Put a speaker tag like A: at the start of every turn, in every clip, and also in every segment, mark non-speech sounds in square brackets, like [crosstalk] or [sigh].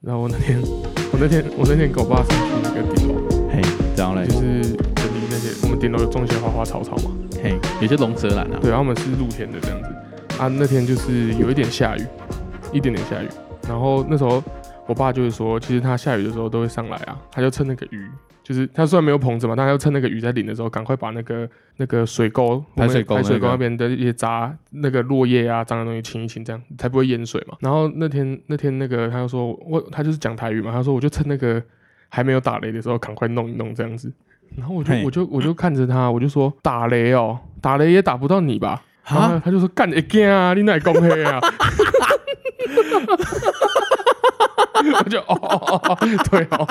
A: 然后我那天， [laughs] 我那天，我那天跟我爸上去那个顶楼，
B: 嘿，然后嘞
A: 就，是整理那些我们顶楼有种一些花花草草嘛，
B: 嘿，有些龙舌兰啊，
A: 对，然后我们是露天的这样子。啊，那天就是有一点下雨，一点点下雨。然后那时候我爸就是说，其实他下雨的时候都会上来啊，他就趁那个雨，就是他虽然没有棚子嘛，但他就趁那个雨在淋的时候，赶快把那个那个水沟、我们
B: 排水沟
A: 排水沟
B: 那个
A: 那边的一些杂、那个落叶啊、脏的东西清一清，这样才不会淹水嘛。然后那天那天那个他就说，我他就是讲台语嘛，他说我就趁那个还没有打雷的时候，赶快弄一弄这样子。然后我就
B: 嘿
A: 我就我就看着他，我就说打雷哦，打雷也打不到你吧？然后
B: 哈
A: 他他就说干一件啊，你哪公黑啊？ [laughs] 我就哦哦哦，哦对哦，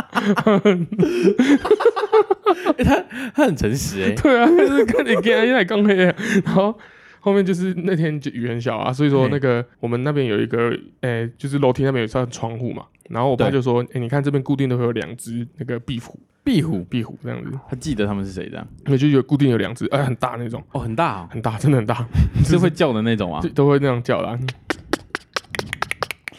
B: 他很诚实哎、
A: 对啊，就是干一件啊，你哪公黑啊？然后后面就是那天就雨很小啊，所以说
B: 嘿
A: 那个我们那边有一个，诶、就是楼梯那边有一扇窗户嘛。然后我爸
B: 对
A: 就说，诶、你看这边固定都会有两只那个壁虎，
B: 壁虎，
A: 壁虎这样子，
B: 他记得他们是谁这样？
A: 那就有固定有两只，哎、很大那种，
B: 哦，很大、哦，
A: 很大，真的很大。
B: 是会叫的那种啊
A: 就，都会那样叫啦。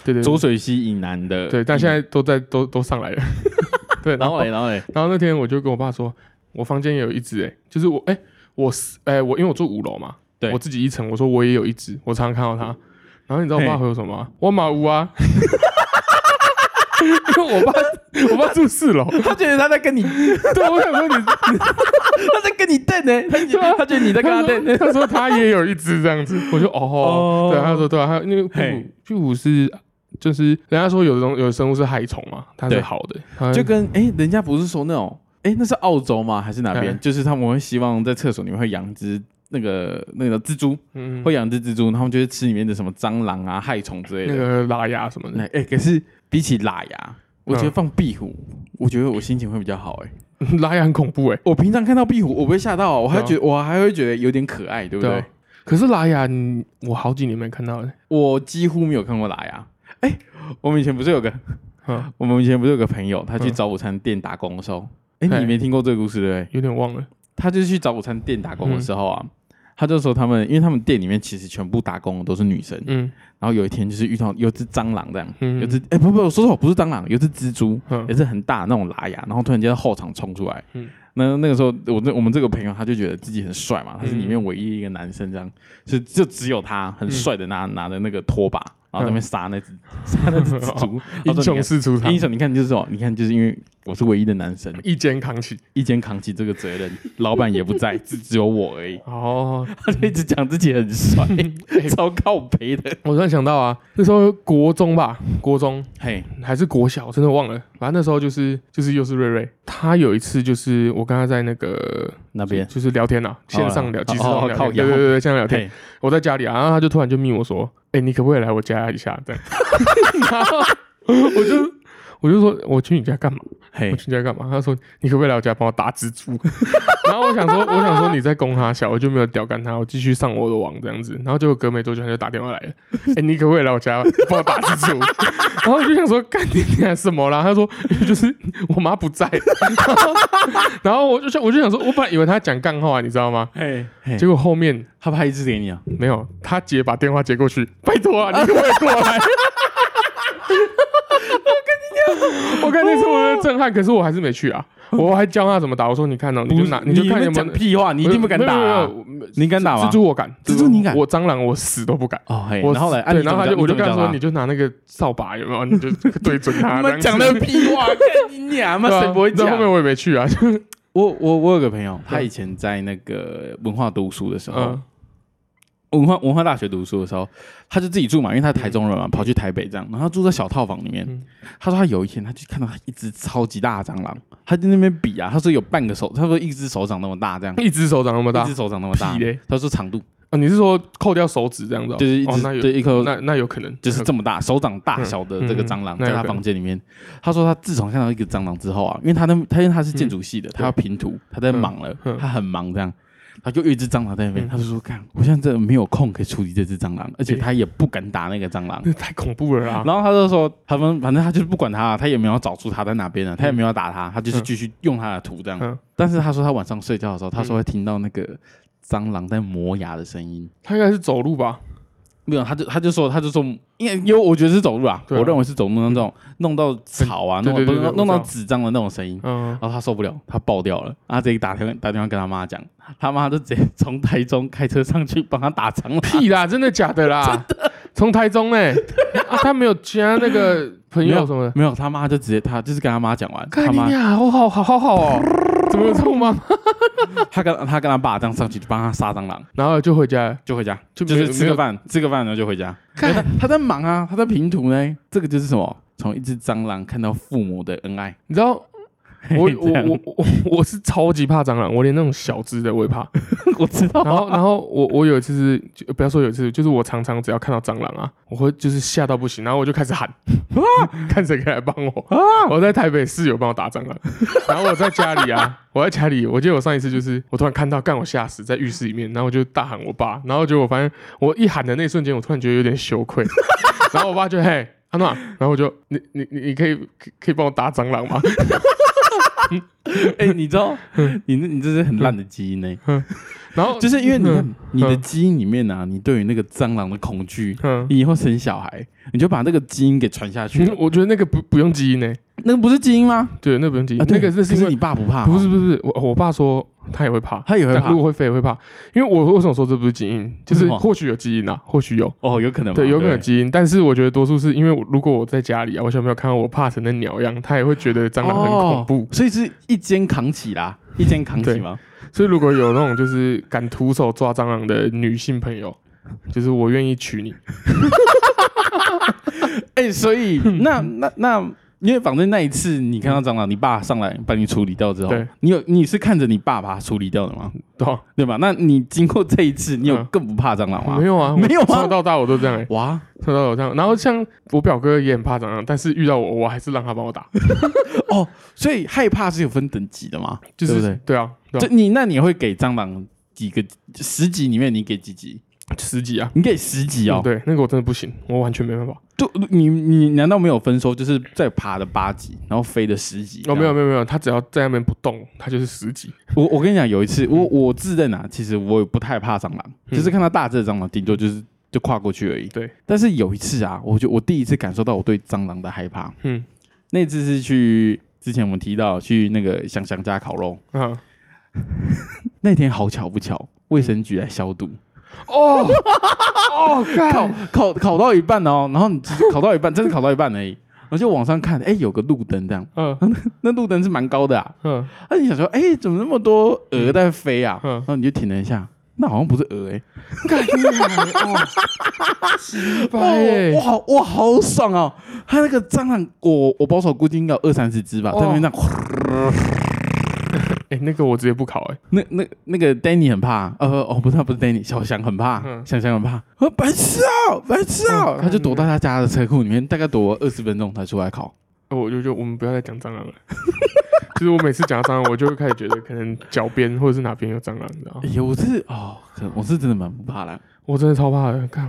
A: 对对
B: 浊
A: 对，
B: 水溪以南的。
A: 对，但现在都在都都上来了。 [laughs] 对，
B: 嗯然
A: 然
B: 后
A: 后
B: 嘞，然后嘞，
A: 然后那天我就跟我爸说，我房间也有一只哎、欸就是我哎、欸我是哎、我因为我住五楼嘛，
B: 对
A: 我自己一层，我说我也有一只，我常常看到它。然后你知道我爸
B: 嘿
A: 回我什么吗？我马屋啊， [laughs] 因为我爸我爸住四楼， [laughs]
B: 他觉得他在跟你，
A: 对，我想说你
B: 他在跟你瞪呢、他觉得他觉得你在跟
A: 他
B: 他欸
A: 说
B: 瞪。
A: 他说他也有一只这样
B: [laughs]
A: 子，我就哦，
B: 哦
A: 对，他说对啊，他因为壁虎
B: 嘿
A: 壁虎是就是人家说有的东有的生物是害虫嘛，它是
B: 对
A: 好的，它
B: 就跟哎、人家不是说那种哎、那是澳洲吗？还是哪边？
A: 嗯
B: 就是他们会希望在厕所里面会养一只那个那个蜘蛛，
A: 嗯
B: 会养一只蜘蛛，他们就会吃里面的什么蟑螂啊、害虫之类
A: 那
B: 的。
A: 个拉牙什么
B: 那
A: 的，
B: 哎、可是比起喇牙，我觉得放壁虎，我觉得我心情会比较好哎、
A: [laughs] 拉牙很恐怖哎，
B: 我平常看到壁虎，我不会吓到啊，我还
A: 对啊
B: 觉得、我还会觉得有点可爱，对不对？
A: 啊。可是拉牙，你我好几年没看到了，
B: 我几乎没有看过喇牙。哎、我们以前不是有个
A: 嗯，
B: [laughs] 我们以前不是有个朋友，他去
A: 嗯
B: 找午餐店打工的时候，哎、
A: 嘿
B: 你没听过这个故事对不对？
A: 有点忘了。
B: 他就是去找午餐店打工的时候啊，他就说他们，因为他们店里面其实全部打工的都是女生，
A: 嗯
B: 然后有一天就是遇到有只蟑螂这样，
A: 嗯，
B: 有只哎、不不，我说错，不是蟑螂，有只蜘蛛，
A: 嗯
B: 也是很大那种拉牙，然后突然间在后场冲出来，
A: 嗯
B: 那那个时候我那我们这个朋友他就觉得自己很帅嘛，他是里面唯一一个男生这样，就就只有他很帅的拿、拿着那个拖把，然后在那边杀那只、杀那只蜘蛛，
A: 英
B: 他说你
A: 雄
B: 看
A: 事出场
B: 英，雄，你看就是哦，你看就是因为我是唯一的男生，
A: 一肩扛起。
B: 一肩扛起这个责任，老板也不在，只只有我而已。 [laughs]
A: 哦，
B: 他就一直讲自己很帅， [laughs] 超靠背的。
A: [laughs] 我突然想到啊，那时候国中吧，国中
B: 嘿，
A: 还是国小，真的忘了。反正那时候就是就是又是瑞瑞，他有一次就是我跟他在那个
B: 那
A: [laughs]
B: 边
A: 就是聊天啊，线上聊，
B: 哦
A: 即时上
B: 哦
A: 聊
B: 靠
A: 天，对对
B: 腰
A: 对对，线上聊天。
B: 嘿，
A: 我在家里啊，然后他就突然就密我说：“哎，你可不可以来我家一下？”这样， [laughs] 然后我就我就说：“我去你家干嘛？
B: 嘿
A: 我，去你家干嘛？”他说：“你可不可以来我家帮我打蜘蛛？” [laughs] 然后我想说，我想说你在攻他小，我就没有屌干他，我继续上我的网这样子。然后结果隔没多久他就打电话来了：“哎，你可不可以来我家帮我打蜘蛛？” [laughs] 然后我就想说：“干你娘什么啦？”他说：“就是我妈不在。” [laughs] 然后然后我就想，我就想说，我本来以为他讲干话，你知道吗？
B: 嘿，嘿，
A: 结果后面。
B: 他拍一支给你啊？
A: 没有，他姐把电话接过去，拜托啊，你可不可以过来？我跟你讲，我看那次我的震撼，可是我还是没去啊，我还教他怎么打。我说你看哦，你就拿，
B: 不
A: 就
B: 是
A: 看有
B: 们
A: 没有
B: 讲，屁话，你一定不敢打
A: 没有没！
B: 啊
A: 有没有
B: 你敢打吗
A: 蜘？蛛我敢，
B: 蜘蛛你敢
A: 我蟑螂我死都不敢。
B: 哦，嘿，
A: 我
B: 然后嘞，啊
A: 对，
B: 你怎
A: 然
B: 么
A: 后他就
B: 讲
A: 我就
B: 你
A: 跟
B: 怎么
A: 他
B: 讲
A: 说，
B: 啊
A: 你就拿那个扫把有没有？你就对准他。
B: 你
A: 这样子
B: 们讲的屁
A: [laughs]
B: 话，看你娘嘛，
A: 对啊
B: 谁不会
A: 那
B: 讲
A: 后？面我也没去啊，就
B: 我我我有个朋友，他
A: 对
B: 以前在那个文化读书的时候
A: 嗯，
B: 文化文化大学读书的时候，他就自己住嘛，因为他是台中人嘛，跑去台北这样，然后他住在小套房里面
A: 嗯。
B: 他说他有一天，他就看到一只超级大的蟑螂，他在那边比啊，他说有半个手，他说一只手掌那么大这样，
A: 一只手掌那么大
B: 一只手掌那么大
A: 屁嘞，
B: 他说长度
A: 啊？你是说扣掉手指这样子哦？
B: 就是一
A: 哦，那
B: 只
A: 有
B: 对一颗
A: 那那有可能，
B: 就是这么大，手掌大小的这个蟑
A: 嗯
B: 螂
A: 嗯那有
B: 在他
A: 可能
B: 房间里面。他说他自从看到一个蟑螂之后啊，因为他那他因为他是建筑系的，他要平图，他在忙了
A: 嗯，
B: 他很忙这样。他就有一只蟑螂在那边，
A: 嗯
B: 他就说：“看，我现在真的没有空可以处理这只蟑螂，而且他也不敢打那个蟑螂。
A: 那太恐怖了啊！
B: 然后他就说，他们反正他就是不管他，他也没有找出他在哪边啊，他也没有打他，他就是继续用他的图这样。
A: 嗯
B: 但是他说他晚上睡觉的时候，他说会听到那个蟑螂在磨牙的声音，
A: 他应该是走路吧？
B: 没有，他就他就说他就说，因为因为我觉得是走路啊，
A: 对啊
B: 我认为是走路那种弄到草啊，
A: 对
B: 弄到
A: 对对对
B: 弄到
A: 我
B: 弄到
A: 知道
B: 纸张的那种声音。
A: 嗯，
B: 然后他受不了，他爆掉了，他自己打电话打电话跟他妈讲，他妈就直接从台中开车上去帮他打蟑螂。
A: 屁啦， [laughs] 真的假的啦？从台中哎，啊，他没有其他那个朋
B: 没
A: 友
B: 有
A: 什么的，
B: 没有，他妈就直接他就是跟他妈讲完，
A: 看
B: 他
A: 你
B: 妈
A: 俩好好好好好 [laughs] 哦，怎么有这种妈妈？
B: 他跟他跟他爸这样上去就帮他杀蟑螂，
A: 然后就回家了，
B: 就回家，
A: 就
B: 就
A: 没有
B: 是吃
A: 没有
B: 个饭，吃个饭然后就回家。
A: 看
B: 因为他他在忙啊，他在平图呢。这个就是什么？从一只蟑螂看到父母的恩爱。
A: 你知道。
B: [laughs]
A: 我我
B: 这样
A: 我我我是超级怕蟑螂，我连那种小只的我也怕。
B: 我知
A: [laughs]
B: 道
A: 然后，
B: 啊，
A: 然后我我有一次是，就不要说有一次，就是我常常只要看到蟑螂啊，我会就是吓到不行，然后我就开始
B: [laughs]
A: 喊，
B: 啊
A: 看谁可以来帮我。我在台北市有帮我打蟑螂，然后我在家里啊，我在家里，我记得我上一次就是我突然看到，干我吓死，在浴室里面，然后我就大喊我爸，然后结果我发现我一喊的那瞬间，我突然觉得有点羞愧， [laughs] 然后我爸就嘿安娜，然后我就你你你你可以可以可以帮我打蟑螂吗？ [laughs]
B: [laughs] 哎、你知道，你那你这是很烂的基因呢、
A: 然后
B: 就是因为你看你的
A: 嗯
B: 基因里面啊，你对于那个蟑螂的恐惧，
A: 嗯，
B: 你以后生小孩你就把那个基因给传下去了。
A: 我觉得那个不不用基因呢、
B: 那个不是基因吗？
A: 对，那不用基因，
B: 啊，
A: 那
B: 对
A: 个那是
B: 可
A: 因
B: 是
A: 为
B: 你爸不怕、
A: 不是，不是不是，我我爸说他也会怕，
B: 他也会
A: 但
B: 怕
A: 如。果会飞也会怕，因为我为什么说这不是基因，就是
B: 为什么
A: 或许有基因啊，或许有。
B: 哦，有可能吧，
A: 对，有可能有基因，但是我觉得多数是因为我如果我在家里啊，我小朋友看到我怕成那鸟样，他也会觉得蟑螂很恐怖。
B: 哦所以是一肩扛起啦，一肩扛起
A: 对
B: 吗？
A: 所以如果有那种就是敢徒手抓蟑螂的女性朋友，就是我愿意娶你。
B: 哎、所以
A: 嗯
B: 那那那，因为反正那一次你看到蟑螂，你爸上来把你处理掉之后
A: 对，
B: 你有你是看着你爸把它处理掉的吗？
A: 对吧、
B: 对吧？那你经过这一次，你有
A: 嗯
B: 更不怕蟑螂吗？
A: 没有啊，我
B: 没有吗
A: 从小到大我都这样、欸，
B: 哇
A: 从小到大我这样。然后像我表哥也很怕蟑螂，但是遇到我，我还是让他帮我打，
B: 哦，所以害怕是有分等级的嘛？
A: 就是
B: 对不对？
A: 对啊，对
B: 就
A: 啊
B: 你那你会给蟑螂几个十级里面你给几级？
A: 十几啊。
B: 你给十级哦。
A: 对，那个我真的不行，我完全没办法。
B: 就你你难道没有分说就是在爬的八级，然后飞的十级？
A: 哦，没
B: 这样
A: 有没有没有，他只要在那边不动，他就是十级。
B: 我我跟你讲，有一次我我自认啊，其实我也不太怕蟑螂，
A: 嗯
B: 就是看到大只的蟑螂，顶多就是就跨过去而已。
A: 对，
B: 但是有一次啊，我就我第一次感受到我对蟑螂的害怕。
A: 嗯
B: 那次是去之前我们提到去那个香香家烤肉，
A: 啊，
B: 那天好巧不巧，卫生局来消毒，
A: 哦哦，
B: 烤烤烤到一半哦，然后你烤到
A: [laughs]
B: 一半，真的烤到一半而已，然后就往上看，哎、有个路灯这样，
A: 嗯
B: 那路灯是蛮高的啊，
A: 嗯
B: 那、你想说，哎、怎么那么多鹅在飞啊？
A: 嗯
B: 然后你就停了一下，那好像不是鹅哎、
A: 哎
B: 哇，好哇好爽哦！它那个蟑螂，我我保守估计应该有二三十只吧，
A: 哦
B: 在那边那样，
A: 哎，那个我直接不考哎，
B: 那那那个 Danny 很怕，呃哦不是他不是 Danny，小翔很怕，
A: 嗯
B: 小翔很怕，呃白痴哦白痴哦
A: 嗯，
B: 他就躲到他家的车库里面，大概躲二十分钟才出来烤。
A: 哦我就觉得我们不要再讲蟑螂了。 [laughs] 就是我每次讲到蟑螂，我就会开始觉得可能脚边或者是哪边有蟑螂，你知道吗
B: 哎？呀，我是哦，可能我是真的蛮不怕的。
A: 我真的超怕的，看，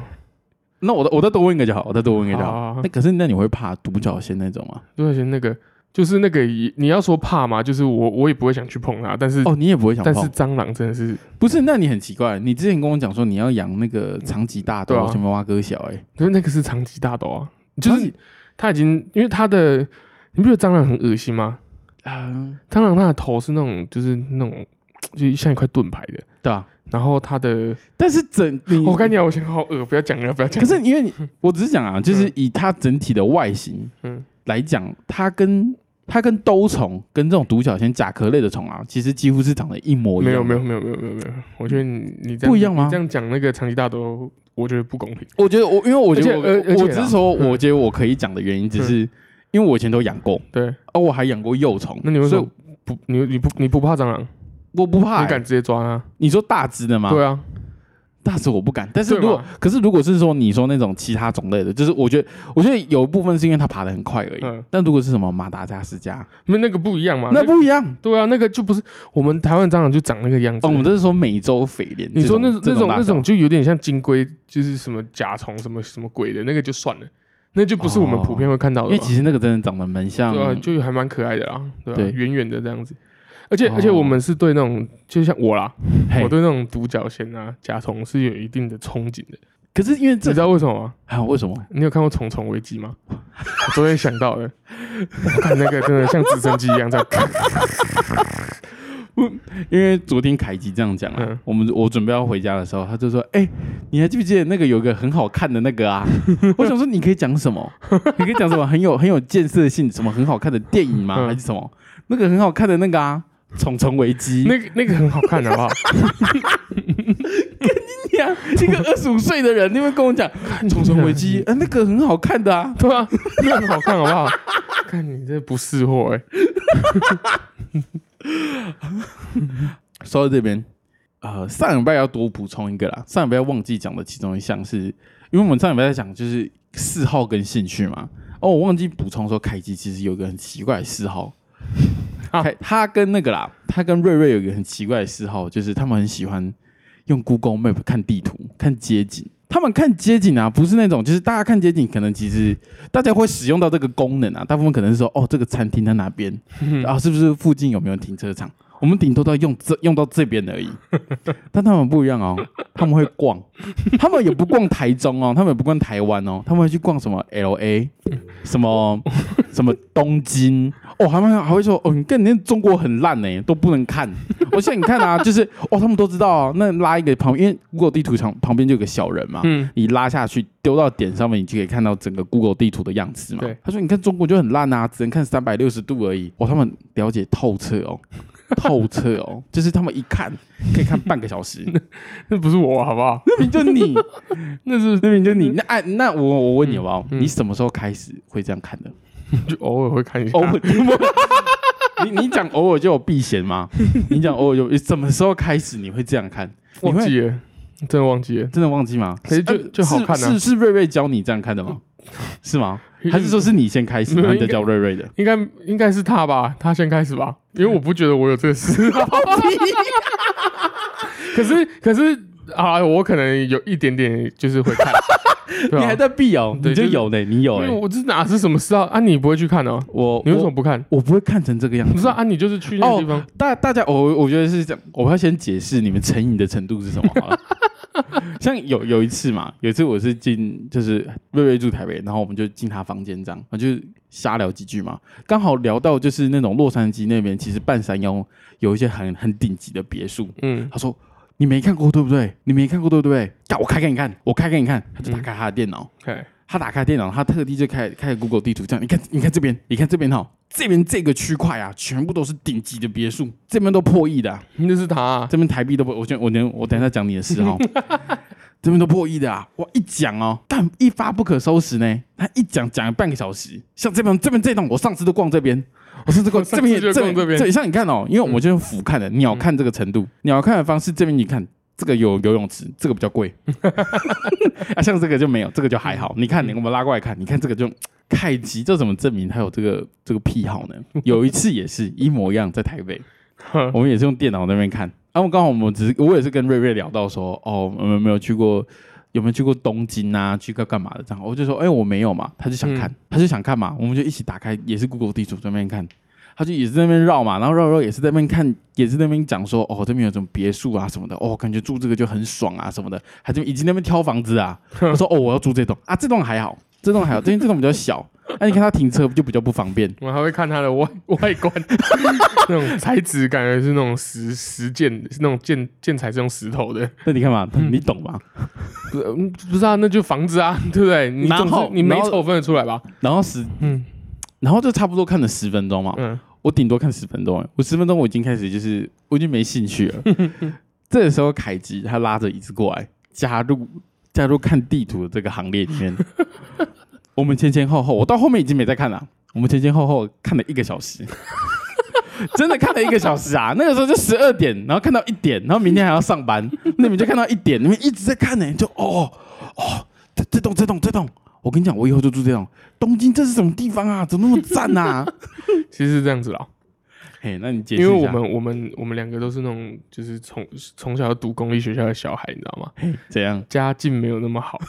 B: 那我再我再多问一个就好，我再多问一个就
A: 好好啊
B: 好
A: 好。
B: 那可是那你会怕独角仙那种吗？
A: 对，且那个就是那个，你要说怕嘛，就是我我也不会想去碰它，但是
B: 哦，你也不会想
A: 但是
B: 碰？
A: 蟑螂真的是，
B: 不是，那你很奇怪。你之前跟我讲说你要养那个长棘大
A: 对
B: 豆
A: 啊
B: 什么蛙哥小，哎，
A: 就是那个是长棘大斗啊，就是
B: 长
A: 它已经因为它的，你不觉得蟑螂很恶心吗？
B: 啊，
A: 蟑螂它的头是那种，就是那种，就是像一块盾牌的。
B: 对啊。
A: 然后它的，
B: 但是整你，
A: 我跟你讲，啊我想好恶，不要讲了，不要讲
B: 可
A: 了。
B: 是因为你，我只是讲啊，就是以它整体的外形，嗯
A: 嗯，
B: 来讲，它跟它跟兜虫跟这种独角仙甲壳类的虫啊，其实几乎是长得一模一
A: 没
B: 样。
A: 有没有，没有没有没有没有，我觉得你你这
B: 不一样吗
A: 你这样讲那个长期大都，我觉得不公平。
B: 我觉得我因为我觉得
A: 而且而而
B: 我
A: 且啊
B: 我只是说，
A: 嗯
B: 我觉得我可以讲的原因，只是因为我以前都养过，
A: 对，
B: 哦，我还养过幼虫，
A: 那你为什
B: 所以
A: 么不你你不你不怕蟑螂？
B: 我不怕
A: 你
B: 欸。
A: 敢直接抓它？
B: 你说大只的吗？
A: 对啊，
B: 大只我不敢，但是
A: 对
B: 如果
A: 嘛
B: 可是如果是说你说那种其他种类的，就是我觉得我觉得有一部分是因为它爬得很快而已。
A: 嗯
B: 但如果是什么马达加斯加，
A: 那那个不一样嘛。
B: 那不一样。
A: 对啊，那个就不是我们台湾蟑螂就长那个样子。
B: 哦，我们都是说美洲肥莲。
A: 你说那
B: 这
A: 那种
B: 大
A: 那
B: 小
A: 种就有点像金龟，就是什么甲虫什么什么鬼的那个就算了，那就不是我们
B: 哦
A: 普遍会看到的
B: 因
A: 嘛。
B: 为其实那个真的长得蛮像，
A: 对啊，就还蛮可爱的啦，对
B: 对
A: 啊，圆圆的这样子。而且
B: 哦
A: 而且我们是对那种，就像我啦，
B: 嘿
A: 我对那种独角仙啊、甲虫是有一定的憧憬的。
B: 可是因为
A: 你
B: 这
A: 知道为什么吗？
B: 啊，为什么？
A: 你有看过《虫虫危机》吗？我昨天想到了，我看那个真的像直升机一样在
B: 因为昨天凯基这样讲啊
A: 嗯，
B: 我们我准备要回家的时候，他就说：“哎、你还记不记得那个有个很好看的那个啊？” [laughs] 我想说你可以讲什么？你可以讲什么很有很有建设性，什么很好看的电影吗？
A: 嗯
B: 还是什么那个很好看的那个啊？《虫虫危机》
A: 那个那个很好看，好不
B: [laughs]
A: 好？
B: 那
A: 啊
B: 样 [laughs] 一个二十五岁的人，你会跟我讲《虫虫
A: [laughs] 嗯
B: 危机》啊，那个很好看的啊。
A: 对啊，那个很好看，好不好？ [laughs] 看你这不识货
B: [laughs]
A: 哎、
B: 说到这边，呃，上礼拜要多补充一个啦，上礼拜忘记讲的其中一项是，因为我们上礼拜在讲就是嗜好跟兴趣嘛。哦，我忘记补充说，凯基其实有一个很奇怪的嗜好，
A: 啊
B: 凯他跟那个啦，他跟瑞瑞有一个很奇怪的嗜好，就是他们很喜欢用 Google Map 看地图、看街景。他们看街景啊，不是那种，就是大家看街景，可能其实大家会使用到这个功能啊。大部分可能是说，哦，这个餐厅在哪边，啊，是不是附近有没有停车场？我们顶多到用这用到这边而已。 [laughs] 但他们不一样哦，他们会逛，他们也不逛台中哦，他们也不逛台湾哦，他们会去逛什么 L A，什么什么东京哦，他们还会说哦，你跟你那中国很烂呢，都不能看。我现在你看啊，就是哦，他们都知道啊，那拉一个旁边因为 Google 地图上旁边就有个小人嘛，
A: 嗯，
B: 你拉下去丢到点上面，你就可以看到整个 Google 地图的样子嘛。
A: 对
B: 他说你看中国就很烂啊，只能看三百六十度而已。哇，他们了解透彻哦， [laughs] 透彻哦，就是他们一看可以看半个
A: [laughs]
B: 小时，
A: 那不是我啊好不 [laughs] 好？
B: 那明就你，
A: 那是
B: 那明就你，那哎，那我我问你好不好？
A: 嗯嗯
B: 你什么时候开始会这样看的？
A: 就偶尔会看一下，
B: 偶尔。 [laughs] 你你讲偶尔就有避
A: [laughs]
B: 嫌吗？你讲偶尔就什么时候开始你会这样看？你
A: 忘
B: 会
A: 记了，真的忘记了。
B: 真的忘记吗？
A: 可是就
B: 呃
A: 就好看啊
B: 是是是瑞瑞教你这样看的
A: [laughs]
B: 吗？是吗？还是说是你先开始，
A: 没
B: 然
A: 有
B: 后你再教瑞瑞的？
A: 应该应该是他吧，他先开始吧，因为我不觉得我有这个事。 [laughs] 可是可是啊，我可能有一点点就是会 [laughs] 看，对
B: [laughs] 你还
A: 啊，
B: 在避哦，
A: 对
B: 你就
A: 就是
B: 有呢，你有
A: 因为
B: 哎。
A: 我这哪是什么事啊？啊，你不会去看哦？
B: 我
A: 你为什么
B: 我
A: 不看？
B: 我不会看成这个样
A: 不是
B: 子
A: 啊，？啊你就是去那个地方，
B: 大大家，我我觉得是这样，我要先解释你们成瘾的程度是什么 [laughs] 好了。像有有一次嘛，有一次我是进，就是瑞瑞住台北，然后我们就进他房间这样，然后就瞎聊几句嘛，刚好聊到就是那种洛杉矶那边，其实半山腰有一些很很顶级的别墅，
A: 嗯，
B: 他说：“你没看过对不对？你没看过对不对？干我开给你看，我开给你看。”他就打开他的电脑，
A: 哎，
B: 他打开电脑，他特地就开开 Google 地图，这样你看，你看这边，你看这边哈，这边这个区块啊，全部都是顶级的别墅，这边都破亿的啊、
A: 那是他啊，
B: 这边台币都不，我先我等我等一下讲你的事
A: [laughs]
B: 哦。这边都破亿的啊！哇，一讲哦，但一发不可收拾呢。他一讲讲了半个小时，像这边这边这栋，我上次都逛这边，我上次逛这边也
A: [laughs] 上次就逛这边嗯
B: 这像你看哦，因为我就是俯瞰的，鸟看这个程度，鸟看的方式，这边你看这个有游泳池，这个比
A: [laughs]
B: 较贵，啊，像这个就没有，这个就还
A: 嗯
B: 好。你看，你我们拉过来看，你看这个就。凯吉，这怎么证明他有这个这个癖好呢？有一次也是一模一样，在台北，
A: [laughs] 哼
B: 我们也是用电脑那边看。然后刚好我们只是我也是跟瑞瑞聊到说，哦，我们没有去过，有没有去过东京啊？去干干嘛的这样？我就说，哎、我没有嘛。他就想看，他就想看嘛。我们就一起打开，也是 Google 地图这边看。他就也是在那边绕嘛，然后绕绕也是在那边看，也是在那边讲说，哦，这边有什么别墅啊什么的，哦，感觉住这个就很爽啊什么的，他就已经在那边挑房子啊。我说，哦，我要住这栋啊，这栋还好，这栋还好，因为这栋比较小，那、你看他停车就比较不方便。
A: 我还会看他的外 [laughs] 外观，那种材质感觉是那种石石建，是那种建建材是用石头的，
B: 那你看嘛，你懂吗？
A: 不是嗯不是啊，那就房子啊， [laughs] 对不对？你
B: 然
A: 总
B: 后
A: 是你美
B: 然后
A: 丑分得出来吧？
B: 然后十，
A: 嗯
B: 然后就差不多看了十分钟嘛，
A: 嗯，
B: 我顶多看十分钟，我十分钟我已经开始就是我已经没兴趣了。这个时候，凯吉他拉着椅子过来，加入加入看地图的这个行列里面。我们前前后后，我到后面已经没在看了，我们前前后后看了一个小时，真的看了一个小时啊！那个时候就十二点，然后看到一点，然后明天还要上班，那你们就看到一点，你们一直在看呢、就哦哦，这这栋这栋这栋，我跟你讲，我以后就住这栋。东京这是什么地方啊？怎么那么赞啊？
A: 其实是这样子啦，
B: [laughs] 嘿，那你解释
A: 因
B: 一
A: 为
B: 下。
A: 我们我们我们两个都是那种就是从从小读公立学校的小孩，你知道吗？
B: 怎样？ [laughs]
A: 家境没有那么好，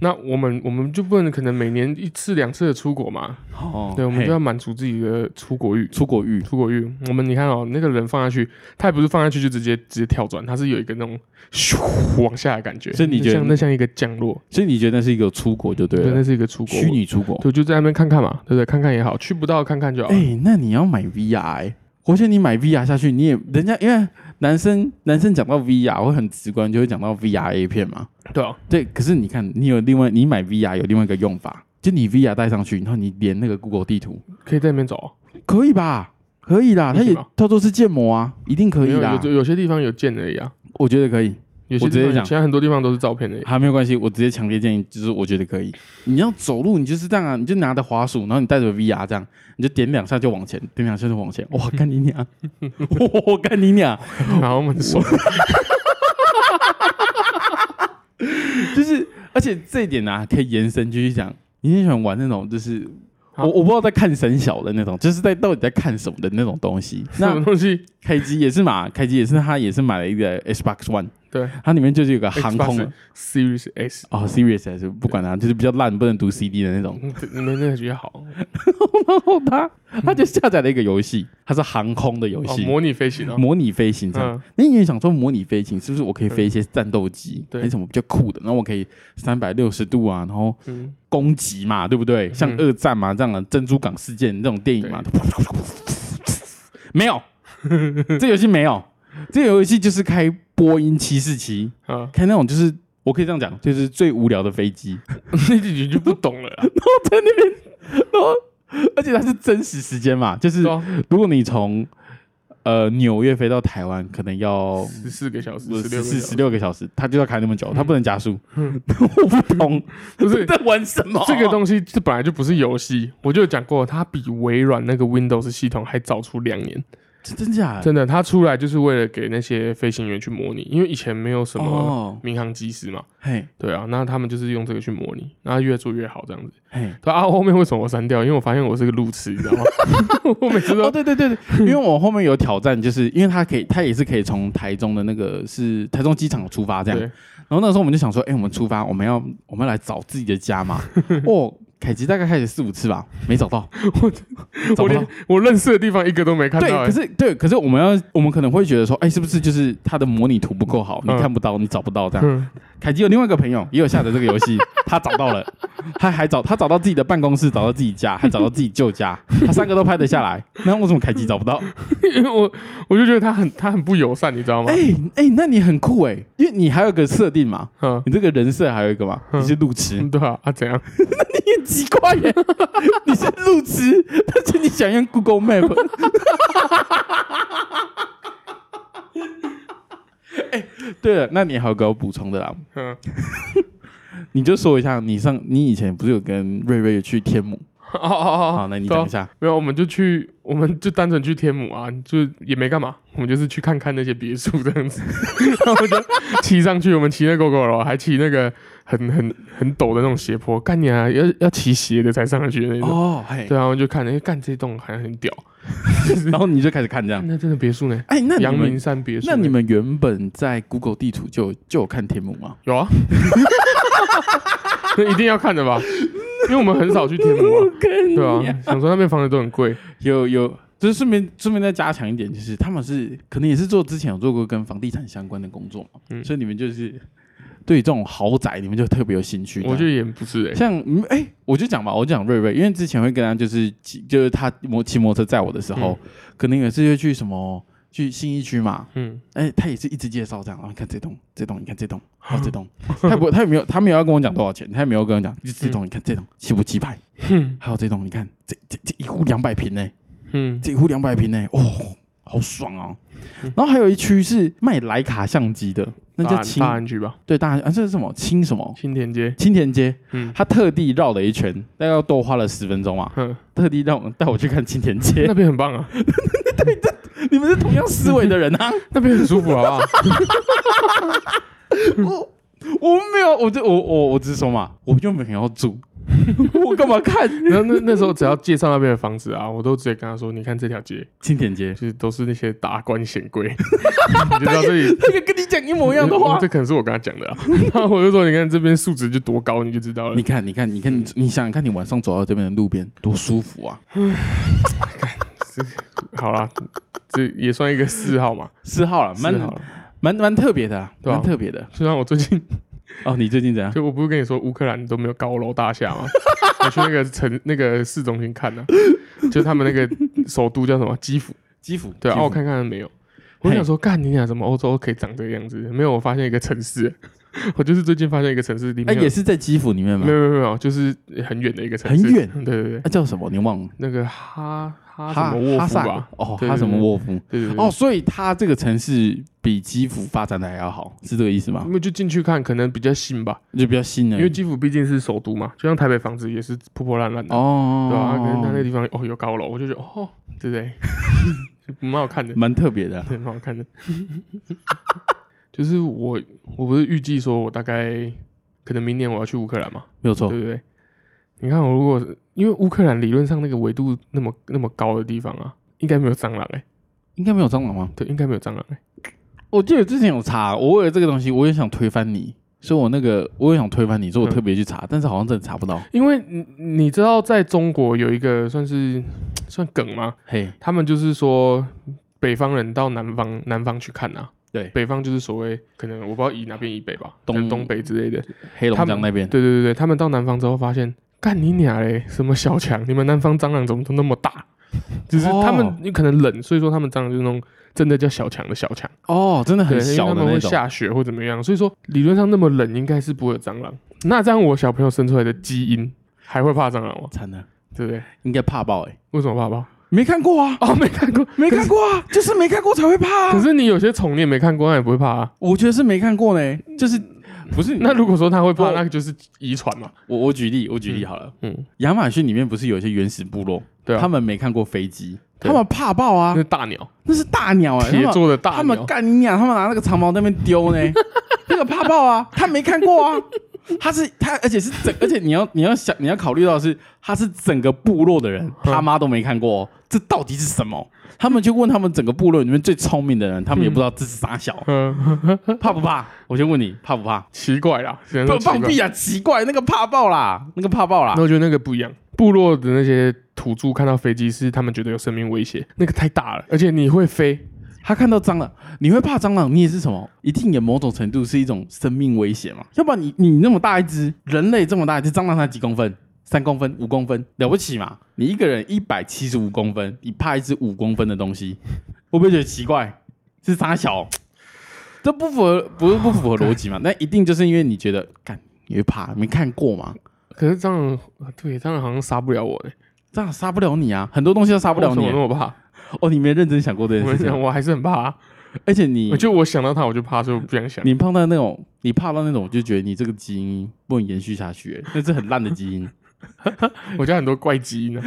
A: 那我们我们就不能可能每年一次两次的出国嘛？
B: 哦
A: 对，我们就
B: 嘿
A: 要满足自己的出国欲。
B: 出国欲，
A: 出国欲，我们你看哦，那个人放下去，他也不是放下去就直接直接跳转，他是有一个那种咻往下的感觉，
B: 所以你
A: 那
B: 觉得
A: 像那像一个降落，
B: 所以你觉得那是一个出国就对
A: 对，那
B: 了，
A: 是一个出国
B: 虚，拟出国。
A: 对，就在那边看看嘛，对不对？看看也好，去不到看看就好。
B: 哎、那你要买 VR，、欸、我觉得你买 VR 下去，你也人家因为男生男生讲到 VR 会很直观，就会讲到 VR A 片嘛。
A: 对啊，
B: 对，可是你看，你有另外你买 VR 有另外一个用法，就你 VR 带上去，然后你连那个 Google 地图，
A: 可以在那边走哦，
B: 可以吧？可以啦，
A: 不
B: 它
A: 行
B: 也
A: 吗
B: 它都是建模啊，一定可以
A: 没有
B: 啦
A: 有。有些地方有建而已啊，
B: 我觉得可以，
A: 有些
B: 我直接
A: 地方有
B: 讲
A: 其他很多地方都是照片而
B: [laughs]
A: 已。
B: 还没有关系，我直接强烈建议，就是我觉得可以。你要走路，你就是这样啊，你就拿着滑鼠，然后你带着 VR 这样，你就点两下就往前，点两下就往前。
A: [laughs]
B: 哇，干你娘！我干你娘！
A: 然后我们说，
B: 就是，而且这一点啊，可以延伸继续讲。你很喜欢玩那种，就是
A: 好
B: 我我不知道在看神小的那种，就是在到底在看什么的那种东
A: [laughs]
B: 西。
A: 什么
B: 那
A: 东西？
B: 开机也是嘛，开机也是他也是买了一个 Xbox One，
A: 对
B: 它里面就是有个航空啊的
A: Xbox Series S，
B: 哦，Serious 还是不管它、就是比较烂，不能读 CD 的那种。
A: 嗯对你们那个比较好，
B: 然后他他就下载了一个游戏，它是航空的游
A: 嗯哦，
B: 戏，
A: 模拟飞行啊，
B: 模拟飞行这样。
A: 嗯，
B: 那你也想说模拟飞行是不是我可以飞一些战斗机，
A: 对
B: 还是什么比较酷的？然后我可以三百六十度啊，然后
A: 嗯，
B: 攻击嘛，对不对？像
A: 嗯
B: 二战嘛这样的珍珠港事件这种电影嘛，没有，这游戏没有，这游戏就是开波音七四七，
A: 啊， [laughs]
B: 开那种就是我可以这样讲，就是最无聊的飞机，
A: 那你就不懂了啊
B: [laughs]
A: 啦，
B: 而且它是真实时间嘛，就是
A: 对啊
B: 如果你从呃纽约飞到台湾，可能要
A: 十四个小时，十六
B: 十
A: 个
B: 四
A: 小时嗯
B: 十，六个小时，他就要开那么久，他不能加速。 [laughs] 我不懂
A: 不是
B: 在玩什么
A: 这个东西，这本来就不是游戏。我就有讲过，它比微软那个 Windows 系统还早出两年，
B: 西真假的？
A: 真的，它出来就是为了给那些飞行员去模拟，因为以前没有什么
B: 哦，
A: 民航机师嘛，
B: 嘿
A: 对啊，那他们就是用这个去模拟，然后越做越好这样子。
B: 嘿。
A: 对啊，后面为什么我删掉？因为我发现我是个路痴，你知道
B: [laughs]
A: 吗？我每次
B: 哦，
A: 都
B: 对对对对，因为我后面有挑战，就是因为他可以，他也是可以从台中的那个是台中机场出发这样，
A: 对
B: 然后那时候我们就想说，哎、我们出发，我们要我们要来找自己的
A: [laughs]
B: 家嘛。哦，凯奇大概开始四五次吧，没找到，找
A: 我
B: 不到
A: 连。我认识的地方一个都没看
B: 对，
A: 到、欸
B: 可是对，可是我们要，我们可能会觉得说，哎、是不是就是它的模拟图不够好，你
A: 嗯
B: 看不到，你找不到这样。
A: 嗯，
B: 凯基有另外一个朋友也有下载这个游戏，他找到了，他还找他找到自己的办公室，找到自己家，还找到自己旧家，他三个都拍得下来。那为什么凯基找不到？
A: 因为我哎我就觉得他很他很不友善，你知道吗
B: 哎？哎、那你很酷哎、因为你还有个设定嘛，
A: 嗯，
B: 你这个人设还有一个嘛，你是路痴，
A: 嗯对啊，啊怎样？
B: 你很奇怪耶， [laughs] 你是路痴，但是你想用 Google Map。哎，对了，那你还有给我补充的啦，
A: 嗯，
B: 你就说一下，你上你以前不是有跟瑞瑞去天母？
A: 哦哦哦，
B: 好，那你
A: 对啊
B: 讲一下。
A: 没有，我们就去，我们就单纯去天母啊，就也没干嘛，我们就是去看看那些别墅这样子， [laughs] 然后就骑上去，我们骑那 GoGo 楼，还骑那个很很很陡的那种斜坡，干你啊，要要骑斜的才上得去的那种。
B: 哦，嘿，
A: 对啊，我们就看，哎，干这栋好像很屌，
B: 然后你就开始看这样
A: 干。那真的别墅呢，
B: [laughs] 哎，那
A: 阳
B: 你
A: 明
B: 们
A: 山别墅呢。
B: 那你们原本在 Google 地图就有就有看天母吗？
A: 有啊？ [laughs] 那一定要看的吧，因为我们很少去天母啊，
B: [laughs] 跟
A: 对啊，想说那边房子都很贵，
B: 有有，就是顺便顺便再加强一点，就是他们是可能也是做之前有做过跟房地产相关的工作嘛，
A: 嗯
B: 所以你们就是对这种豪宅你们就特别有兴趣。
A: 我觉
B: 这
A: 得也
B: 样
A: 不是哎、
B: 像嗯哎、我就讲吧，我就讲瑞瑞，因为之前会跟他就是骑，就是他摩骑摩托车载我的时候，可能也是会去什么去信义区嘛，
A: 嗯，
B: 哎、他也是一直介绍这样，啊，你看这栋，这栋，你看这栋，还有
A: [laughs]
B: 这栋，他也不，他也没有，他没有要跟我讲多少钱，他也没有跟我讲，就这栋，你看这栋七五七百，
A: 哼
B: 还有这栋，你看这这这一户两百平呢，
A: 嗯，
B: 这一户两百平呢，哦，好爽哦。然后还有一区是卖徕卡相机的， [laughs] 那
A: 大
B: 叫
A: 安
B: 青
A: 大安区吧，
B: 对大安啊，这是什么青什么
A: 新田街，
B: 青田街，
A: 嗯
B: 他特地绕了一圈，大概多花了十分钟嘛，
A: 哼。
B: 特地让我带我去看青田 [laughs] 街
A: [laughs] 那。边很棒啊，
B: 你们是同样思维的人啊！
A: 那边很舒服， [laughs] 好不好？
B: 我我没有，我就我我我只是说嘛，我又没有要住， [laughs] 我干嘛看？
A: 然后那那时候只要介绍那边的房子啊，我都直接跟他说：“你看这条街，
B: 青田街
A: 就是都是那些达官显贵， [laughs] 你就知道这里
B: 那个跟你讲一模一样的
A: 嗯
B: 话
A: 这。可能是我跟他讲 [laughs] 的啊。然后我就说：“你看这边数值就多高，你就知道了
B: 你。看，你看，你看，你你想想看，你晚上走到这边的路边多舒服啊！”
A: [laughs] 好啦，这也算一个嗜好 [laughs] 嘛，
B: 四号了，蛮
A: 嗜好啦。
B: 蛮蛮特别的啊，
A: 对啊
B: 蛮特别的。
A: 虽然我最近
B: [laughs] 哦，你最近怎样？
A: 就我不是跟你说乌克兰都没有高楼大厦 [laughs] 吗？我去那个城那个市中心看呢、啊，就他们那个首都叫什么基辅，
B: 基辅
A: 对啊，
B: 基
A: 啊
B: 辅
A: 我看看没有。我就想说，干你俩怎么欧洲可以长这个样子？没有，我发现一个城市， [laughs] 我就是最近发现一个城市里
B: 哎，
A: 面有、
B: 也是在基辅里面吗
A: 没？有没有没有，就是很远的一个城市，
B: 很远
A: 嗯对对对，
B: 啊，叫什么？你忘了？
A: 那个哈哈什么沃
B: 哈
A: 夫
B: 萨
A: 吧？
B: 哦，
A: 对
B: 哈什么？沃夫？
A: 对对对对
B: 哦，，所以它这个城市比基辅发展的还要好，是这个意思吗
A: 因？为就进去看，可能比较新吧，
B: 就比较新的，
A: 因为基辅毕竟是首都嘛，就像台北房子也是破破烂烂的，
B: 哦，
A: 对啊，可能他那个地方哦有高楼，我就觉得哦，对不对？ [laughs] 蛮好看的，
B: 蛮特别的啊。
A: [laughs] 对，蛮好看的。就是我，我不是预计说我大概可能明年我要去乌克兰嘛，
B: 没有错
A: 对，不对？你看我如果因为乌克兰理论上那个纬度那么那么高的地方啊，应该没有蟑螂哎、
B: 应该没有蟑螂吗？
A: 对，应该没有蟑螂哎、
B: 我记得之前有查，我为了这个东西，我也想推翻你，所以我那个我也想推翻你，
A: 嗯
B: 所以我特别去查，但是好像真的查不到。
A: 因为你你知道在中国有一个算是算梗吗？
B: 嘿，
A: 他们就是说北方人到南方南方去看啊，
B: 对
A: 北方就是所谓可能我不知道以哪边以北吧，
B: 东
A: 东东北之类的。
B: 黑龙
A: 他
B: 江
A: 们
B: 那边，
A: 对对对对，他们到南方之后发现，干你娘嘞，什么小强，你们南方蟑螂怎么都那么
B: [laughs]
A: 大？只是他们、
B: 哦
A: 你可能冷，所以说他们蟑螂就是那种真的叫小强的小强，
B: 哦，真的
A: 对，
B: 很
A: 因为
B: 小
A: 他
B: 的
A: 们会
B: 那种。
A: 下雪或怎么样，所以说理论上那么冷应该是不会有蟑螂。那这样我小朋友生出来的基因还会怕蟑螂吗？
B: 惨了，
A: 对不对？
B: 应该怕爆哎、
A: 为什么怕
B: [laughs]
A: 吧？
B: 没看过啊，
A: 哦，没看过，
B: 没看过啊，就是没看过才会怕
A: 可
B: 啊。
A: 是你有些宠你也没看过，那也不会怕
B: [laughs]
A: 啊。
B: 我觉得是没看过呢，就是不是
A: 那如果说他会怕，
B: 我
A: 那就是遗传嘛。
B: 我我举例，我举例好了，
A: 嗯，
B: 亚马逊里面不是有一些原始部落，
A: 对啊，
B: 他们没看过飞机，
A: 对
B: 他们怕爆啊
A: 那，是大鸟，
B: 那是大鸟哎、
A: 铁做的大鸟。
B: 他们他们干你娘，他们拿那个长矛在那边 [laughs] 丢呢，那个怕爆啊，他没看过啊，他是他，而且是整，而且你要你要想你要考虑到的是他是整个部落的人，他妈都没看过、哦，这到底是什么？他们就问他们整个部落里面最聪明的人，他们也不知道这是啥小，
A: 嗯，
B: 怕不怕？我先问你，怕不怕？
A: 奇怪啦，只能
B: 不
A: 说
B: 放
A: 奇怪
B: 屁啊！奇怪，那个怕爆啦，那个怕爆啦
A: 那。我觉得那个不一样，部落的那些土著看到飞机是他们觉得有生命威胁，那个太大了，而且你会飞，
B: 他看到蟑螂，你会怕蟑螂，你也是什么？一定也某种程度是一种生命威胁嘛？要不然你你那么大一只，人类这么大一只，蟑螂才几公分？三公分、五公分，了不起嘛？你一个人一百七十五公分，你怕一只五公分的东西，会不会觉得奇怪？是傻小？这不符合，不是不符合逻辑
A: [laughs]
B: 嘛？那一定就是因为你觉得，干，你会怕，没看过嘛？
A: 可是蟑螂，啊对，蟑螂好像杀不了我呢，
B: 这样杀不了你啊，很多东西都杀
A: 杀
B: 不了你
A: 我那。么怕，
B: [laughs] 哦，你没认真想过这
A: 我
B: 件
A: 跟
B: 事
A: 你讲，
B: 情，
A: 我还是很怕啊，
B: 而且你
A: 我就我想到它我就怕，所以我不想想。
B: 你碰到那种，你怕到那种，我就觉得你这个基因不能延续下去欸，那是很烂的基因。 [laughs]
A: 我家很多怪基因啊，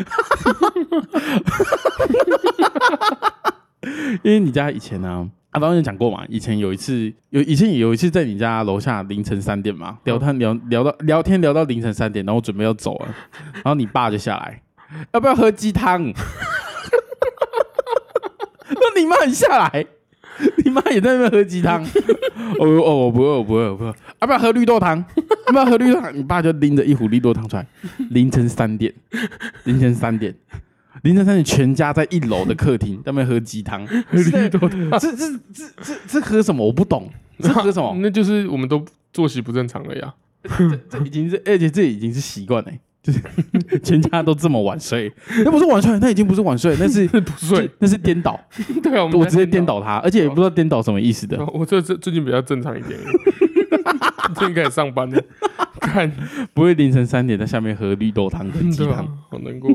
B: 因为你家以前呢、啊，阿导有讲过嘛，以前有一次，有以前有一次在你家楼下凌晨三点嘛，聊天聊聊到聊天聊到凌晨三点，然后我准备要走了，然后你爸就下来，要不要喝鸡汤？ [laughs] 那你妈很下来，你妈也在那边喝鸡汤。哦哦，我不饿，我不饿，我不饿。要不要喝绿豆汤？要不要喝绿豆汤？你爸就拎着一壶绿豆汤出来，凌晨三点，凌晨三点，凌晨三点，全家在一楼的客厅在那边喝鸡汤，
A: 喝 [laughs] 绿豆
B: 汤。这这这这这喝什么？我不懂，这喝什么？
A: 那就是我们都作息不正常啊了呀。
B: 这已经是，而且这已经是习惯了，就是 [laughs] 全家都这么晚睡。那不是晚睡，那已 [laughs] 经不是晚睡，那是
A: 不睡，
B: 那是颠倒。
A: 对啊，我们
B: 我
A: 在
B: 直接颠。倒他，而且也不知道颠倒什么意思的。
A: 哦我这这最近比较正常一点， [laughs] 最近开始上班了， [laughs] 看
B: 不会凌晨三点在下面喝绿豆汤跟鸡
A: 对
B: 汤，
A: 啊，好难过。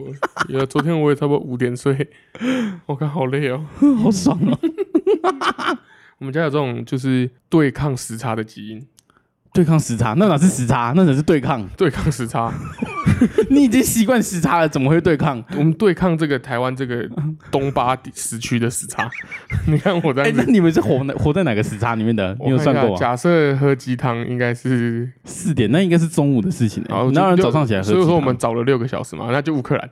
A: 有啊昨天我也差不多五点睡，我看好累哦。
B: 好爽哦！
A: 我们家有这种就是对抗时差的基因，
B: 对抗时差，那哪是时差，那只是对抗。 [laughs]
A: 对抗时差。
B: 你已经习惯时差了，怎么会对抗？
A: 我们对抗这个台湾这个东巴地时区的时差。 [laughs] 你看我在
B: 哎、那你们是活哪活在哪个时差里面的？你有算过吗？
A: 假设喝鸡汤应该是，
B: 四点，那应该是中午的事情、欸。
A: 然后就
B: 哪有人
A: 六
B: 早上起来喝鸡
A: 所
B: 汤？
A: 以说我们早了六个小时嘛，那就乌克兰，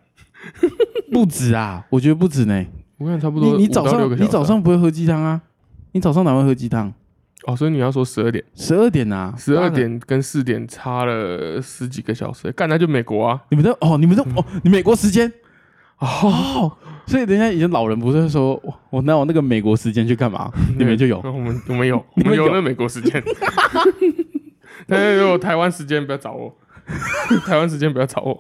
B: 不止啊，我觉得不止呢、
A: 乌克兰差不
B: 你
A: 多
B: 你
A: 5到
B: 早
A: 六
B: 上
A: 个小时啊
B: 你早上不会喝鸡汤啊？你早上哪会喝鸡汤？
A: 哦，所以你要说十二点，
B: 十二点啊，
A: 十
B: 八
A: 二
B: 个。
A: 点跟四点差了十几个小时，干那就美国啊，
B: 你们都哦，你们都哦，你美国时间
A: 哦，
B: 哦，所以人家以前老人不是会说，我我拿我那个美国时间去
A: [laughs]
B: 干嘛？你们就有
A: 我们我们有，我
B: [laughs] 你们
A: 们
B: 有
A: 有那美国时间， [laughs] 但 [laughs] 是如果台湾时间不要找我，台湾时间不要找我，